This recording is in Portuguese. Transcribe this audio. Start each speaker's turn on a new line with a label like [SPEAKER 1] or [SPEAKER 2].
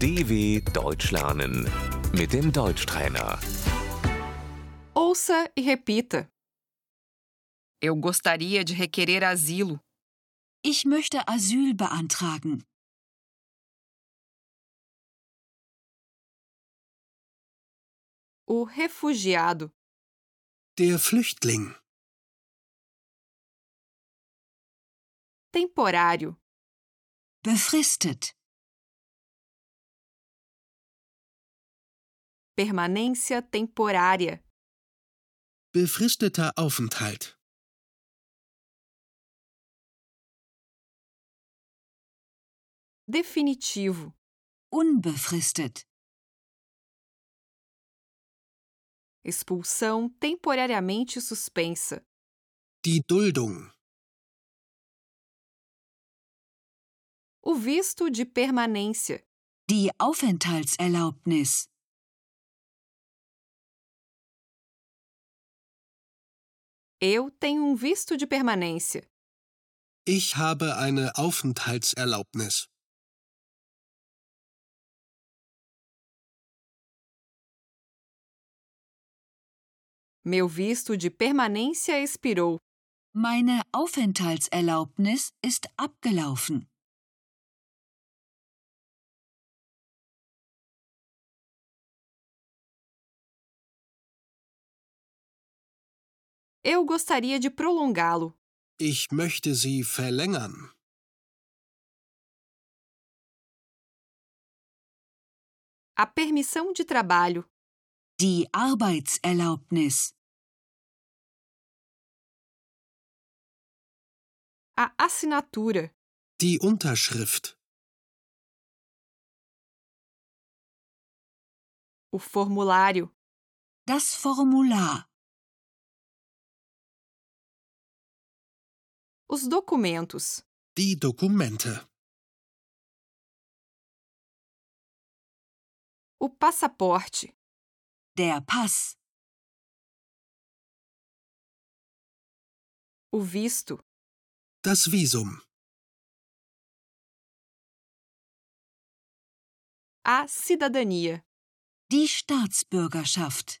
[SPEAKER 1] DW Deutsch lernen mit dem Deutschtrainer.
[SPEAKER 2] Ouça e repita.
[SPEAKER 3] Eu gostaria de requerer asilo.
[SPEAKER 4] Ich möchte Asyl beantragen.
[SPEAKER 2] O refugiado,
[SPEAKER 5] Der Flüchtling.
[SPEAKER 2] temporário,
[SPEAKER 4] Befristet.
[SPEAKER 2] permanência temporária,
[SPEAKER 5] Befristeter Aufenthalt.
[SPEAKER 2] definitivo,
[SPEAKER 4] Unbefristet.
[SPEAKER 2] expulsão temporariamente suspensa,
[SPEAKER 5] Die Duldung.
[SPEAKER 2] o visto de permanência,
[SPEAKER 4] Die Aufenthaltserlaubnis.
[SPEAKER 2] eu tenho um visto de permanência,
[SPEAKER 5] Ich habe eine Aufenthaltserlaubnis.
[SPEAKER 2] meu visto de permanência expirou,
[SPEAKER 4] Meine Aufenthaltserlaubnis ist abgelaufen.
[SPEAKER 2] eu gostaria de prolongá-lo,
[SPEAKER 5] Ich möchte sie verlängern.
[SPEAKER 2] a permissão de trabalho,
[SPEAKER 4] Die Arbeitserlaubnis.
[SPEAKER 2] a assinatura,
[SPEAKER 5] Die Unterschrift.
[SPEAKER 2] o formulário,
[SPEAKER 4] Das Formular.
[SPEAKER 2] os documentos,
[SPEAKER 5] Die Dokumente.
[SPEAKER 2] o passaporte,
[SPEAKER 4] Der Pass.
[SPEAKER 2] o visto,
[SPEAKER 5] Das Visum.
[SPEAKER 2] a cidadania.
[SPEAKER 4] Die Staatsbürgerschaft.